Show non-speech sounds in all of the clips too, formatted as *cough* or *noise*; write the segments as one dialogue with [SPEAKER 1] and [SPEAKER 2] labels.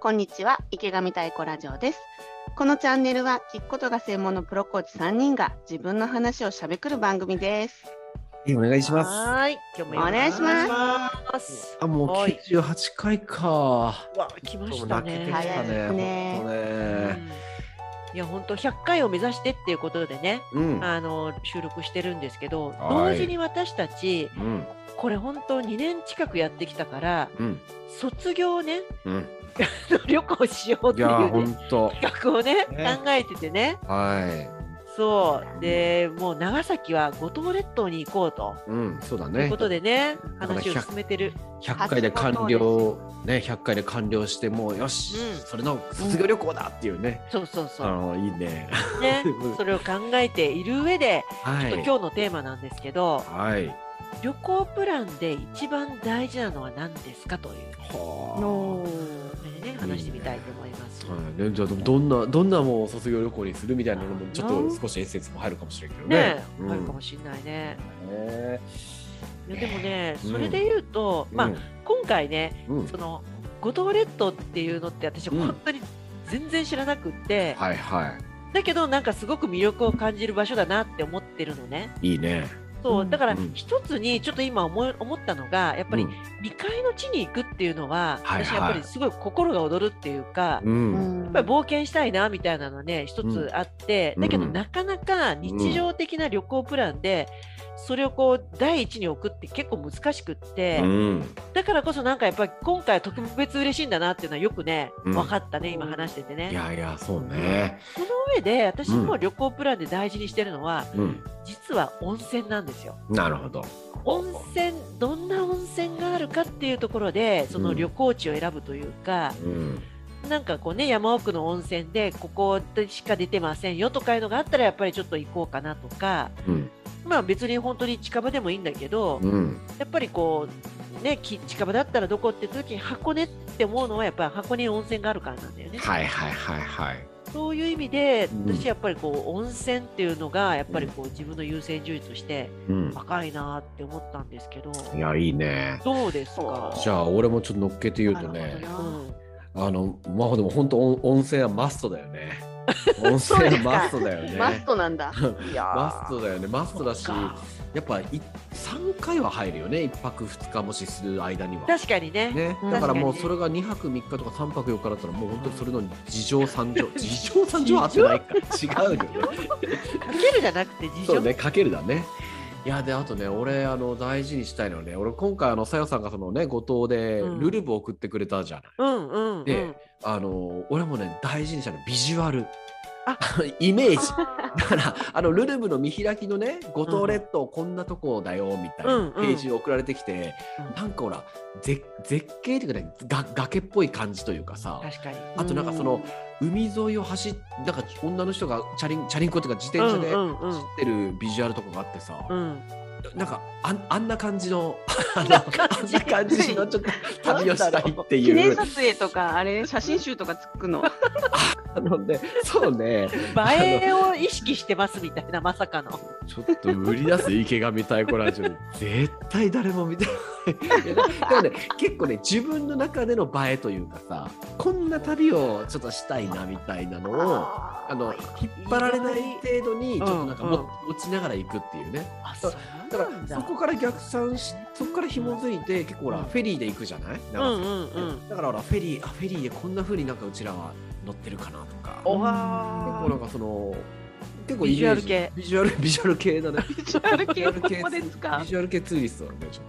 [SPEAKER 1] こんにちは池上太鼓ラジオですこのチャンネルは聞くことが専門のプロコーチ3人が自分の話をしゃべくる番組です
[SPEAKER 2] はいお願いします。
[SPEAKER 3] はーい、今日もよろく
[SPEAKER 1] お願いし
[SPEAKER 3] す
[SPEAKER 2] あ、もう
[SPEAKER 3] はい
[SPEAKER 2] 98回か。
[SPEAKER 3] わ、来ま
[SPEAKER 2] ちょっ
[SPEAKER 3] し
[SPEAKER 2] と
[SPEAKER 3] た
[SPEAKER 2] 泣けてき
[SPEAKER 3] ね。
[SPEAKER 2] た
[SPEAKER 1] 早いですね
[SPEAKER 2] ね。本当ね。
[SPEAKER 3] いや、本当100回を目指してっていうことでね、
[SPEAKER 2] うん。
[SPEAKER 3] あの収録してるんですけど、
[SPEAKER 2] は
[SPEAKER 3] 同
[SPEAKER 2] い
[SPEAKER 3] 時に私たち
[SPEAKER 2] うん。
[SPEAKER 3] これ本当2年近くやってきたから、
[SPEAKER 2] うん。
[SPEAKER 3] 卒業ね、 *laughs*
[SPEAKER 2] うん。
[SPEAKER 3] 旅行しようっ
[SPEAKER 2] い
[SPEAKER 3] てい
[SPEAKER 2] やー、
[SPEAKER 3] う、
[SPEAKER 2] ほ
[SPEAKER 3] ね、
[SPEAKER 2] んと。
[SPEAKER 3] 企画をね
[SPEAKER 2] ね
[SPEAKER 3] 考えててね。
[SPEAKER 2] は
[SPEAKER 3] そうでもう長崎は五島列島に行こうと
[SPEAKER 2] い。うん、そうだ
[SPEAKER 3] とい
[SPEAKER 2] ね
[SPEAKER 3] うこ。とでね
[SPEAKER 2] だから
[SPEAKER 3] 話を
[SPEAKER 2] 100
[SPEAKER 3] 進めてる
[SPEAKER 2] 100回で完了、ね、100回で完了して、もうよし、
[SPEAKER 3] うん
[SPEAKER 2] それの卒業旅行だっていうね。
[SPEAKER 3] そうそう
[SPEAKER 2] あ
[SPEAKER 3] そ
[SPEAKER 2] の、いいね。
[SPEAKER 3] う
[SPEAKER 2] *laughs*
[SPEAKER 3] ねそれを考えている上で
[SPEAKER 2] は
[SPEAKER 3] ちょっと
[SPEAKER 2] い。
[SPEAKER 3] 今日のテーマなんですけど、
[SPEAKER 2] はい。
[SPEAKER 3] 旅行プランで一番大事なのは何ですかという
[SPEAKER 2] は
[SPEAKER 3] これでね話してみたいと思います。
[SPEAKER 2] あ。はいね、じゃあどんなどんなもう卒業旅行にするみたいなのもちょっと少しエッセンスも入るかもしれんけどね。
[SPEAKER 3] ねえ、
[SPEAKER 2] うん
[SPEAKER 3] あるかもしれないね。
[SPEAKER 2] ね
[SPEAKER 3] いやでもね、
[SPEAKER 2] うん
[SPEAKER 3] それで言うと、まあ今回ね、
[SPEAKER 2] うんうん
[SPEAKER 3] その五島列島っていうのって私
[SPEAKER 2] うん
[SPEAKER 3] 本当に全然知らなくって、
[SPEAKER 2] はいは
[SPEAKER 3] だけどなんかすごく魅力を感じる場所だなって思ってるのね。
[SPEAKER 2] い。いいね。
[SPEAKER 3] そううんだから
[SPEAKER 2] うん
[SPEAKER 3] 一つにちょっと今思い思ったのがやっぱり
[SPEAKER 2] うん
[SPEAKER 3] 未開の地に行くっていうのは、
[SPEAKER 2] はいはい
[SPEAKER 3] 私やっぱりすごい心が躍るっていうか。
[SPEAKER 2] うん。
[SPEAKER 3] やっぱり冒険したいなみたいなのはね一つあって、
[SPEAKER 2] うん
[SPEAKER 3] だけど
[SPEAKER 2] うん
[SPEAKER 3] なかなか日常的な旅行プランで、それをこう第一に置くって結構難しくって、
[SPEAKER 2] うん。
[SPEAKER 3] だからこそなんかやっぱり今回は特別嬉しいんだなっていうのはよくね
[SPEAKER 2] うん
[SPEAKER 3] 分かったね、今話しててね
[SPEAKER 2] いやいや、そうね。
[SPEAKER 3] その上で私
[SPEAKER 2] う
[SPEAKER 3] も
[SPEAKER 2] ん
[SPEAKER 3] 旅行プランで大事にしてるのは、
[SPEAKER 2] うん。
[SPEAKER 3] 実は温泉なんですよ
[SPEAKER 2] なるほど。
[SPEAKER 3] 温泉どんな温泉があるかっていうところでその旅行地を選ぶというか、
[SPEAKER 2] うん。
[SPEAKER 3] なんかこうね山奥の温泉でここでしか出てませんよとかいうのがあったらやっぱりちょっと行こうかなとか
[SPEAKER 2] うん。
[SPEAKER 3] まあ別に本当に近場でもいいんだけど
[SPEAKER 2] うん。
[SPEAKER 3] やっぱりこうねき近場だったらどこって時に箱根って思うのはやっぱり箱根に温泉があるからなんだよね
[SPEAKER 2] はいはいはいはい。
[SPEAKER 3] そういう意味で
[SPEAKER 2] うん
[SPEAKER 3] 私やっぱりこう温泉っていうのがやっぱりこう自分の優先順位として
[SPEAKER 2] うん。
[SPEAKER 3] 高いなって思ったんですけど
[SPEAKER 2] いや、いいね。
[SPEAKER 3] どうですか
[SPEAKER 2] じゃあ、俺もちょっと乗っけて言うと
[SPEAKER 1] なるほどな、
[SPEAKER 2] ね
[SPEAKER 3] うん
[SPEAKER 2] あの、まあ、でも本当温温泉はマストだよ
[SPEAKER 3] *laughs*
[SPEAKER 2] ね。温泉はマストだよね。
[SPEAKER 1] マストなん
[SPEAKER 2] *laughs*
[SPEAKER 1] だ。いやー
[SPEAKER 2] マストだよね。マストだし
[SPEAKER 3] そっ、か
[SPEAKER 2] やっぱい三回は入るよね。一泊二日もしする間には。
[SPEAKER 3] 確かにね
[SPEAKER 2] ね、
[SPEAKER 1] うん
[SPEAKER 2] だからもう
[SPEAKER 3] 確かにね
[SPEAKER 2] それが2泊3日とか3泊4日だったらもう本当にそれの事情三
[SPEAKER 3] *laughs*
[SPEAKER 2] 乗事情三乗は合ってないか違うよね
[SPEAKER 3] かけるじゃなくて事情
[SPEAKER 2] そうねかけるだねいやであとね俺あの大事にしたいのはね俺今回あのさよさんがそのね五島で
[SPEAKER 3] うん
[SPEAKER 2] ルルブ送ってくれたじゃない、
[SPEAKER 3] うんうんうん
[SPEAKER 2] であの俺もね大事にしたいのはビジュアル
[SPEAKER 3] あ
[SPEAKER 2] *laughs* イメージ
[SPEAKER 1] *laughs* あ
[SPEAKER 2] だからあのルルブの見開きのね五島列島こんなとこだよみたい
[SPEAKER 3] うんう
[SPEAKER 2] なんページ送られてきて、
[SPEAKER 3] うん
[SPEAKER 2] なんかほら絶絶景というかねが崖っぽい感じというかさ
[SPEAKER 3] 確かに
[SPEAKER 2] あとなんかその海沿いを走っなんか女の人がチャリンチャリンコっていうか自転車で
[SPEAKER 3] う
[SPEAKER 2] 走
[SPEAKER 3] んうんうん
[SPEAKER 2] ってるビジュアルとかがあってさ、
[SPEAKER 3] うん、
[SPEAKER 2] なんかあんあんな感じ
[SPEAKER 3] *laughs*
[SPEAKER 2] のあの
[SPEAKER 3] な感
[SPEAKER 2] あん
[SPEAKER 3] じ
[SPEAKER 2] な感じのちょっと旅をしたいって
[SPEAKER 1] 記
[SPEAKER 2] い
[SPEAKER 1] 念
[SPEAKER 2] う
[SPEAKER 1] 撮影とかあれ写真集とか作く
[SPEAKER 2] *laughs*
[SPEAKER 1] の。
[SPEAKER 2] あのねそうね
[SPEAKER 3] 映えを意識してますみたいなまさかの
[SPEAKER 2] ちょっと売り出す池上太鼓ラジオに絶対誰も見てないいやでもね結構ね自分の中での映えというかさこんな旅をちょっとしたいなみたいなのをあの引っ張られない程度にちょっとなんかも、持ちながら行くっていうね
[SPEAKER 3] あ
[SPEAKER 2] そうだからそこから逆算しそこから紐づいて結構ほら
[SPEAKER 3] うん
[SPEAKER 2] フェリーで行くじゃない
[SPEAKER 3] うん
[SPEAKER 2] 長
[SPEAKER 3] う
[SPEAKER 2] 崎
[SPEAKER 3] んうん
[SPEAKER 2] だからほらフェリーあフェリーでこんな風になんかうちらは乗ってるかなとか
[SPEAKER 3] お
[SPEAKER 2] 結
[SPEAKER 3] わ
[SPEAKER 2] 構なんかその結構イメージ
[SPEAKER 3] ビジュアル系
[SPEAKER 2] ビジュアルビジュアル系
[SPEAKER 1] *laughs*
[SPEAKER 2] だね
[SPEAKER 1] ビジュアル系
[SPEAKER 2] ビジュアル
[SPEAKER 1] こ
[SPEAKER 2] 系
[SPEAKER 1] こで使
[SPEAKER 2] ビジュアル系ツーリストだねちょっ
[SPEAKER 1] う。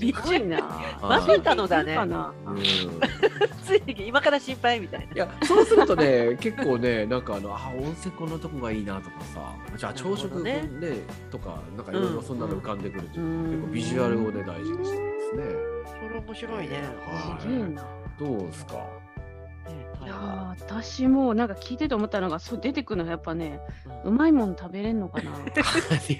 [SPEAKER 3] ビジュアル
[SPEAKER 1] すごいな。
[SPEAKER 2] はい
[SPEAKER 3] まさかのだ
[SPEAKER 1] いいか
[SPEAKER 3] ね
[SPEAKER 1] な
[SPEAKER 2] とね。うん
[SPEAKER 3] ついに今から心配みたいない
[SPEAKER 2] やそうするとね結構ねなんかあのあ温泉こんなとこがいいなとかさじゃあ朝食
[SPEAKER 3] な
[SPEAKER 2] ね
[SPEAKER 3] る
[SPEAKER 2] とかなんかいろいろそんなの浮かんでくると、
[SPEAKER 1] うん
[SPEAKER 2] 結構ビジュアルをね大事にしてますね。
[SPEAKER 3] それ面白いね、
[SPEAKER 2] はい
[SPEAKER 1] いいな。
[SPEAKER 2] どうですか。
[SPEAKER 3] ね
[SPEAKER 1] いやー私もなんか聞いてて思ったのがそう出てくるのはやっぱねう
[SPEAKER 3] うん
[SPEAKER 1] まいもん食べれんのかな
[SPEAKER 2] *laughs* い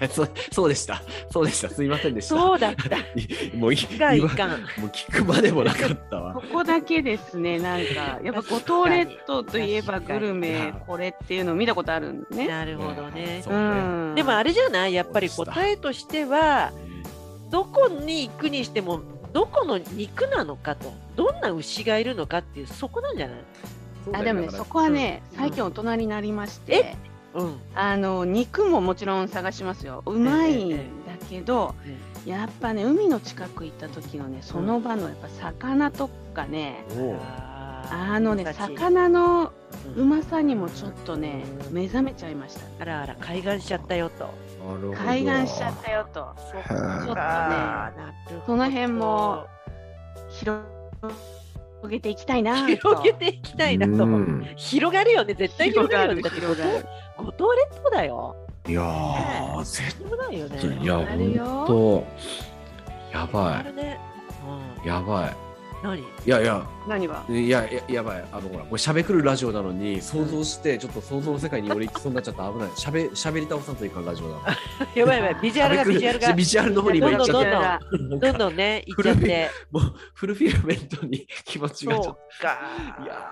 [SPEAKER 2] やそうそうでしたそうでしたすいませんでした。
[SPEAKER 3] そうだった
[SPEAKER 2] いもうい
[SPEAKER 3] がい
[SPEAKER 2] 今
[SPEAKER 3] かん
[SPEAKER 2] もう聞くまでもなかったわ
[SPEAKER 1] こ。こだけですねなんかやっぱ五島列島といえば
[SPEAKER 3] 確か
[SPEAKER 1] グ
[SPEAKER 3] に
[SPEAKER 1] ルメこれっていうのを見たことあるんね
[SPEAKER 3] なるほどね
[SPEAKER 2] そううね
[SPEAKER 1] ん
[SPEAKER 3] でもあれじゃないやっぱり答えとしてはどこに行くにしてもどこの肉なのかとどんな牛がいるのかっていうそこなんじゃない、
[SPEAKER 1] あでもねそこはね、最近大人になりまし
[SPEAKER 3] え
[SPEAKER 1] て、
[SPEAKER 3] うん、
[SPEAKER 1] あの肉ももちろん探しますようまいんだけど、
[SPEAKER 3] ええ
[SPEAKER 1] やっぱね海の近く行った時のねその場のやっぱ魚とかね、
[SPEAKER 2] おう
[SPEAKER 1] あのね
[SPEAKER 3] 幸
[SPEAKER 1] 魚の
[SPEAKER 3] う
[SPEAKER 1] うんまさにもちょっとね目覚めちゃいました
[SPEAKER 3] あらあら海岸しちゃったよと
[SPEAKER 2] なるほど
[SPEAKER 1] 海岸しちゃったよと
[SPEAKER 3] そう
[SPEAKER 2] へー
[SPEAKER 1] ちょっとね
[SPEAKER 3] あーなるほど
[SPEAKER 1] その辺も広げていきたいなと
[SPEAKER 3] 広げていきたいなと、
[SPEAKER 2] うん
[SPEAKER 3] 広がるよね絶対広がるよねだって
[SPEAKER 1] 広がる
[SPEAKER 3] 五島列島だよ
[SPEAKER 2] いやー絶
[SPEAKER 3] そうだよね
[SPEAKER 2] 対いや
[SPEAKER 1] なるよ
[SPEAKER 2] 本当やば
[SPEAKER 3] あるね、う
[SPEAKER 2] いやばい
[SPEAKER 3] ん、何 *laughs*
[SPEAKER 2] いやいや
[SPEAKER 1] 何が
[SPEAKER 2] いやいややばいあのほらこれしゃべくるラジオなのに想像してちょっと想像の世界に寄り行きそうになっちゃった危ないしゃべしゃべり倒さんといかんラジオだ
[SPEAKER 3] やばい *laughs* やばいビジュアルがビジュアルが
[SPEAKER 2] ビジュアルの方に今行っちゃっ
[SPEAKER 3] どんどんどん
[SPEAKER 2] た
[SPEAKER 3] どんどんねいっちゃって
[SPEAKER 2] もうフルフィルメントに気持ちがちょっと
[SPEAKER 3] うか
[SPEAKER 2] いや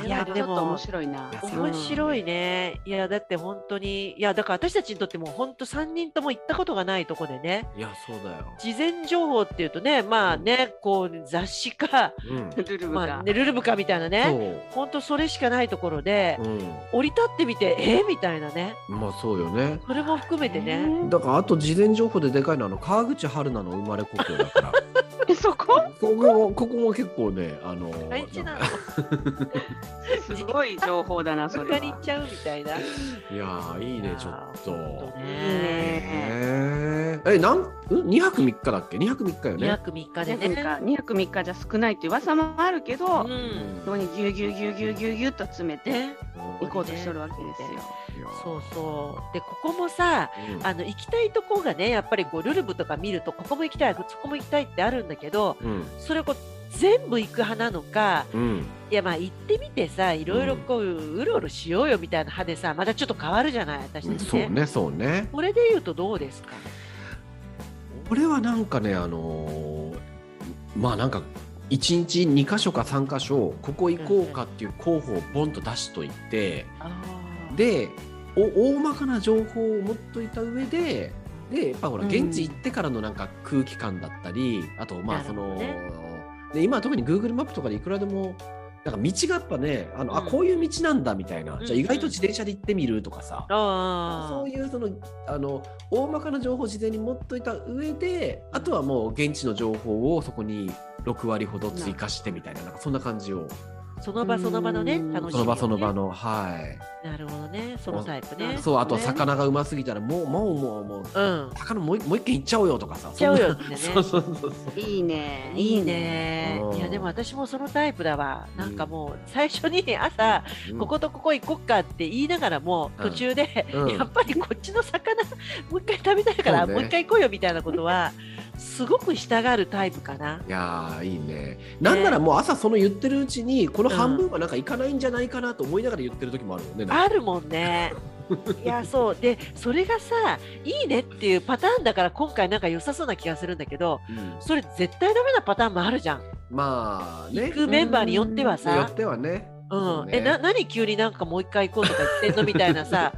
[SPEAKER 1] い
[SPEAKER 3] い
[SPEAKER 1] や
[SPEAKER 3] や
[SPEAKER 1] で
[SPEAKER 3] で
[SPEAKER 1] も
[SPEAKER 3] も
[SPEAKER 1] 面白いな
[SPEAKER 3] 面白いね、いやだって本当にいやだから私たちにとっても本当3人とも行ったことがないとこでね
[SPEAKER 2] ーいやそうだよ、
[SPEAKER 3] 事前情報っていうとねまあねこう雑誌か、
[SPEAKER 2] うん
[SPEAKER 1] うんルルブが、
[SPEAKER 3] まあね、ルルブかみたいなね
[SPEAKER 2] そ
[SPEAKER 3] 本当それしかないところで
[SPEAKER 2] う、
[SPEAKER 3] 降り立ってみてえみたいなね
[SPEAKER 2] うん、まあそうよね
[SPEAKER 3] それも含めてね、
[SPEAKER 2] だからあと事前情報ででかいのはあの川口春奈の生まれ故郷だ
[SPEAKER 3] *laughs*
[SPEAKER 2] から
[SPEAKER 1] えそこ
[SPEAKER 2] ここもここも結構ねあの
[SPEAKER 3] 大事なの
[SPEAKER 1] すごい情報だなそれ
[SPEAKER 3] 他
[SPEAKER 1] は
[SPEAKER 3] に行っちゃうみたいな。
[SPEAKER 2] いやーいいねちょっと
[SPEAKER 3] いやーほんと
[SPEAKER 1] いい
[SPEAKER 3] ね
[SPEAKER 1] ね
[SPEAKER 2] えー、えなんん2泊3日だっけ2泊3日よ
[SPEAKER 3] 2
[SPEAKER 2] ね
[SPEAKER 3] 泊3日で
[SPEAKER 1] 2
[SPEAKER 3] ね。
[SPEAKER 1] 泊3日2 0日じゃ少ないって噂もあるけ
[SPEAKER 3] う
[SPEAKER 1] ど、
[SPEAKER 3] ん
[SPEAKER 1] そこにぎゅうぎゅうぎゅうぎゅうぎゅうぎゅうと詰めて
[SPEAKER 3] ね、
[SPEAKER 1] 行こうとしてるわけですよ。
[SPEAKER 3] そうそう。で、ここもさ、
[SPEAKER 2] うん
[SPEAKER 3] あの行きたいとこがね、やっぱりこうルルブとか見ると、ここも行きたい、そこも行きたいってあるんだけど、
[SPEAKER 2] うん
[SPEAKER 3] それをこう全部行く派なのか、
[SPEAKER 2] うん
[SPEAKER 3] いや、まあ行ってみてさ、いろいろこう、うろうろしようよみたいな派でさ、またちょっと変わるじゃない、私
[SPEAKER 2] う
[SPEAKER 3] た
[SPEAKER 2] ん
[SPEAKER 3] ち
[SPEAKER 2] そう
[SPEAKER 3] ね。
[SPEAKER 2] ねそうね
[SPEAKER 3] これで言うとどうですか
[SPEAKER 2] これはなんかねあのーまあなんか1日2か所か3か所ここ行こうかっていう候補をボンと出しといて、でお大まかな情報を持っといた上ででやっぱほら
[SPEAKER 1] うん
[SPEAKER 2] 現地行ってからのなんか空気感だったり、あとまあ
[SPEAKER 3] なる
[SPEAKER 2] そ
[SPEAKER 3] ほど
[SPEAKER 2] の、
[SPEAKER 3] ね
[SPEAKER 2] で今は特に Google マップとかでいくらでもなんか道がやっぱねあの、あ
[SPEAKER 3] うん
[SPEAKER 2] こういう道なんだみたいな、
[SPEAKER 3] ん
[SPEAKER 2] じゃあ意外と自転車で行ってみるとかさ、
[SPEAKER 3] あ
[SPEAKER 2] そういうそのあの大まかな情報を事前に持っといた上であとはもう現地の情報をそこに6割ほど追加してみたいななんかそんな感じを
[SPEAKER 3] あ、その場その場のね、
[SPEAKER 1] うん
[SPEAKER 3] 楽し
[SPEAKER 2] そ
[SPEAKER 3] み、ね。
[SPEAKER 2] の場その場。のはい。
[SPEAKER 3] なるほどね、そのタイプね。
[SPEAKER 2] そうあと
[SPEAKER 1] ね
[SPEAKER 2] 魚がうますぎたらもうもうもうもう
[SPEAKER 3] うん。
[SPEAKER 2] 魚もうもう一軒行っちゃおうよとかさ
[SPEAKER 3] ちゃうよ
[SPEAKER 2] そん
[SPEAKER 3] っ
[SPEAKER 2] な
[SPEAKER 3] てね
[SPEAKER 2] そうそうそう
[SPEAKER 1] いいね
[SPEAKER 3] いいね
[SPEAKER 2] うん
[SPEAKER 3] いやでも私もそのタイプだわなんかもう最初に朝
[SPEAKER 2] そう
[SPEAKER 3] こことここ行こっかって言いながらも
[SPEAKER 2] うん
[SPEAKER 3] 途中で
[SPEAKER 2] うん
[SPEAKER 3] やっぱりこっちの魚 *laughs* もう一回食べたいから
[SPEAKER 2] そうね
[SPEAKER 3] もう一回行こうよみたいなことはすごく従うタイプかな。
[SPEAKER 2] いやーいいねなんならもう朝その言ってるうちにこの半分はなんか行かないんじゃないかなと思いながら言ってる時もあるよねなんか
[SPEAKER 3] あるも
[SPEAKER 2] *laughs*
[SPEAKER 3] んね。いやそうでそれがさいいねっていうパターンだから今回なんか良さそうな気がするんだけど
[SPEAKER 2] うん
[SPEAKER 3] それ絶対ダメなパターンもあるじゃん
[SPEAKER 2] まあね
[SPEAKER 3] 行くメンバーによっては
[SPEAKER 2] よ
[SPEAKER 3] さ
[SPEAKER 2] ってはね
[SPEAKER 3] う
[SPEAKER 2] そ
[SPEAKER 3] ん、
[SPEAKER 2] ね
[SPEAKER 3] えな何急になんかもう一回行こうとか言ってんのみたいな
[SPEAKER 2] *laughs*
[SPEAKER 3] さ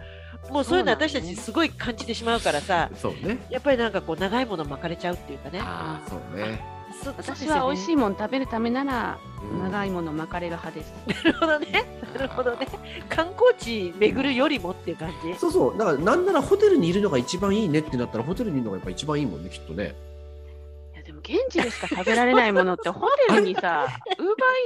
[SPEAKER 3] もうそういうの私た
[SPEAKER 1] そうなの
[SPEAKER 3] ち
[SPEAKER 1] ね
[SPEAKER 3] すごい感じてしまうからさ
[SPEAKER 2] そうね
[SPEAKER 3] やっぱりなんかこう長いもの巻かれちゃうっていうかね
[SPEAKER 2] ああそうね
[SPEAKER 3] そ
[SPEAKER 1] 私は美味しい
[SPEAKER 3] い
[SPEAKER 1] もの食べるためなら長
[SPEAKER 2] い
[SPEAKER 1] いもの巻かれる派です。
[SPEAKER 3] なるほど *laughs* ねなるほどね観光地巡るよりもっていう感 *laughs* じ
[SPEAKER 2] そうそうだからなんならホテルにいるのが一番いいねってなったらホテルにいるのがやっぱ一番いいもんねきっとね
[SPEAKER 1] いやでも現地でしか食べられないものってホテルにさ、ウ
[SPEAKER 2] *laughs*
[SPEAKER 1] ーバー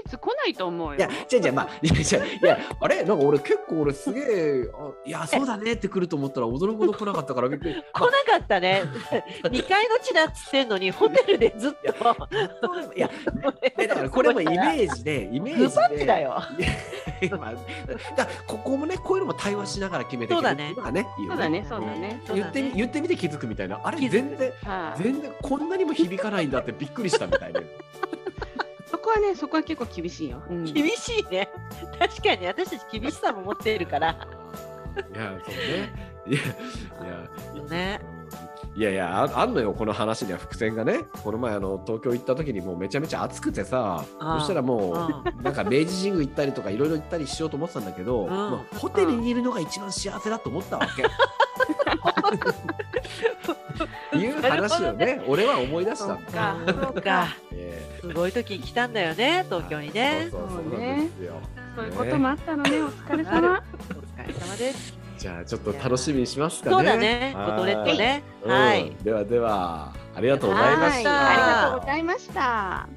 [SPEAKER 1] イーツ来ないと思うよ。
[SPEAKER 2] いや、じゃじゃまあ、 *laughs* いやじゃいや、あれ、なんか俺結構俺すげえ、あいや、そうだねって来ると思ったら、驚くほど来なかったから、びっく
[SPEAKER 3] *laughs*
[SPEAKER 2] り。
[SPEAKER 3] 来なかった *laughs* ね二階の地だっつってんのにホテルでずっと
[SPEAKER 2] いや、えだからこれもイメ
[SPEAKER 3] ジ
[SPEAKER 2] ージ
[SPEAKER 3] *laughs*
[SPEAKER 2] で、イメージで。
[SPEAKER 3] グパッチだよ
[SPEAKER 2] い *laughs* や。まあだからここもね、こういうのも対話しながら決めていく
[SPEAKER 3] そうだ
[SPEAKER 2] って
[SPEAKER 3] ね
[SPEAKER 2] いうのがね、いいよ
[SPEAKER 1] そうだね、そうだね。
[SPEAKER 3] そう
[SPEAKER 2] 言
[SPEAKER 3] だ
[SPEAKER 2] っ
[SPEAKER 3] ね
[SPEAKER 2] てみ言ってみて気づくみたいな、あれ、
[SPEAKER 3] 気づく
[SPEAKER 2] 全然、
[SPEAKER 1] はい、
[SPEAKER 2] 全然こんなにも響かないんだってびっくりしたみ
[SPEAKER 3] *laughs*
[SPEAKER 2] たいで。
[SPEAKER 1] そこはね、そこは結構厳しいよ。うん
[SPEAKER 3] 厳しいね確かに私たち厳しさも持っているから
[SPEAKER 2] いや、そうね。いや、いや、
[SPEAKER 3] ね
[SPEAKER 2] いやいやああんのよこの話には伏線がねこの前あの東京行った時にもうめちゃめちゃ暑くてさ
[SPEAKER 3] ああ
[SPEAKER 2] そしたらもうなんか明治神宮行ったりとかいろいろ行ったりしようと思ってたんだけど、
[SPEAKER 3] ん
[SPEAKER 2] まあホテルにいるのが一番幸せだと思ったわけ。 *laughs* いう話をね俺は思い出したん
[SPEAKER 1] そ
[SPEAKER 2] だ。
[SPEAKER 1] うか、そうか。
[SPEAKER 2] え
[SPEAKER 3] すごい時来たんだよね、東京にね。
[SPEAKER 2] そうそうそうなんですよ。
[SPEAKER 1] そういうこともあったのね、お疲れ様。
[SPEAKER 3] お疲れ様です。
[SPEAKER 2] じゃあちょっと楽しみにしますかね。
[SPEAKER 3] そうだね、五島列島ね。はい
[SPEAKER 2] うん。ではではありがとうございまし
[SPEAKER 1] は
[SPEAKER 2] た。
[SPEAKER 1] ありがとうございました。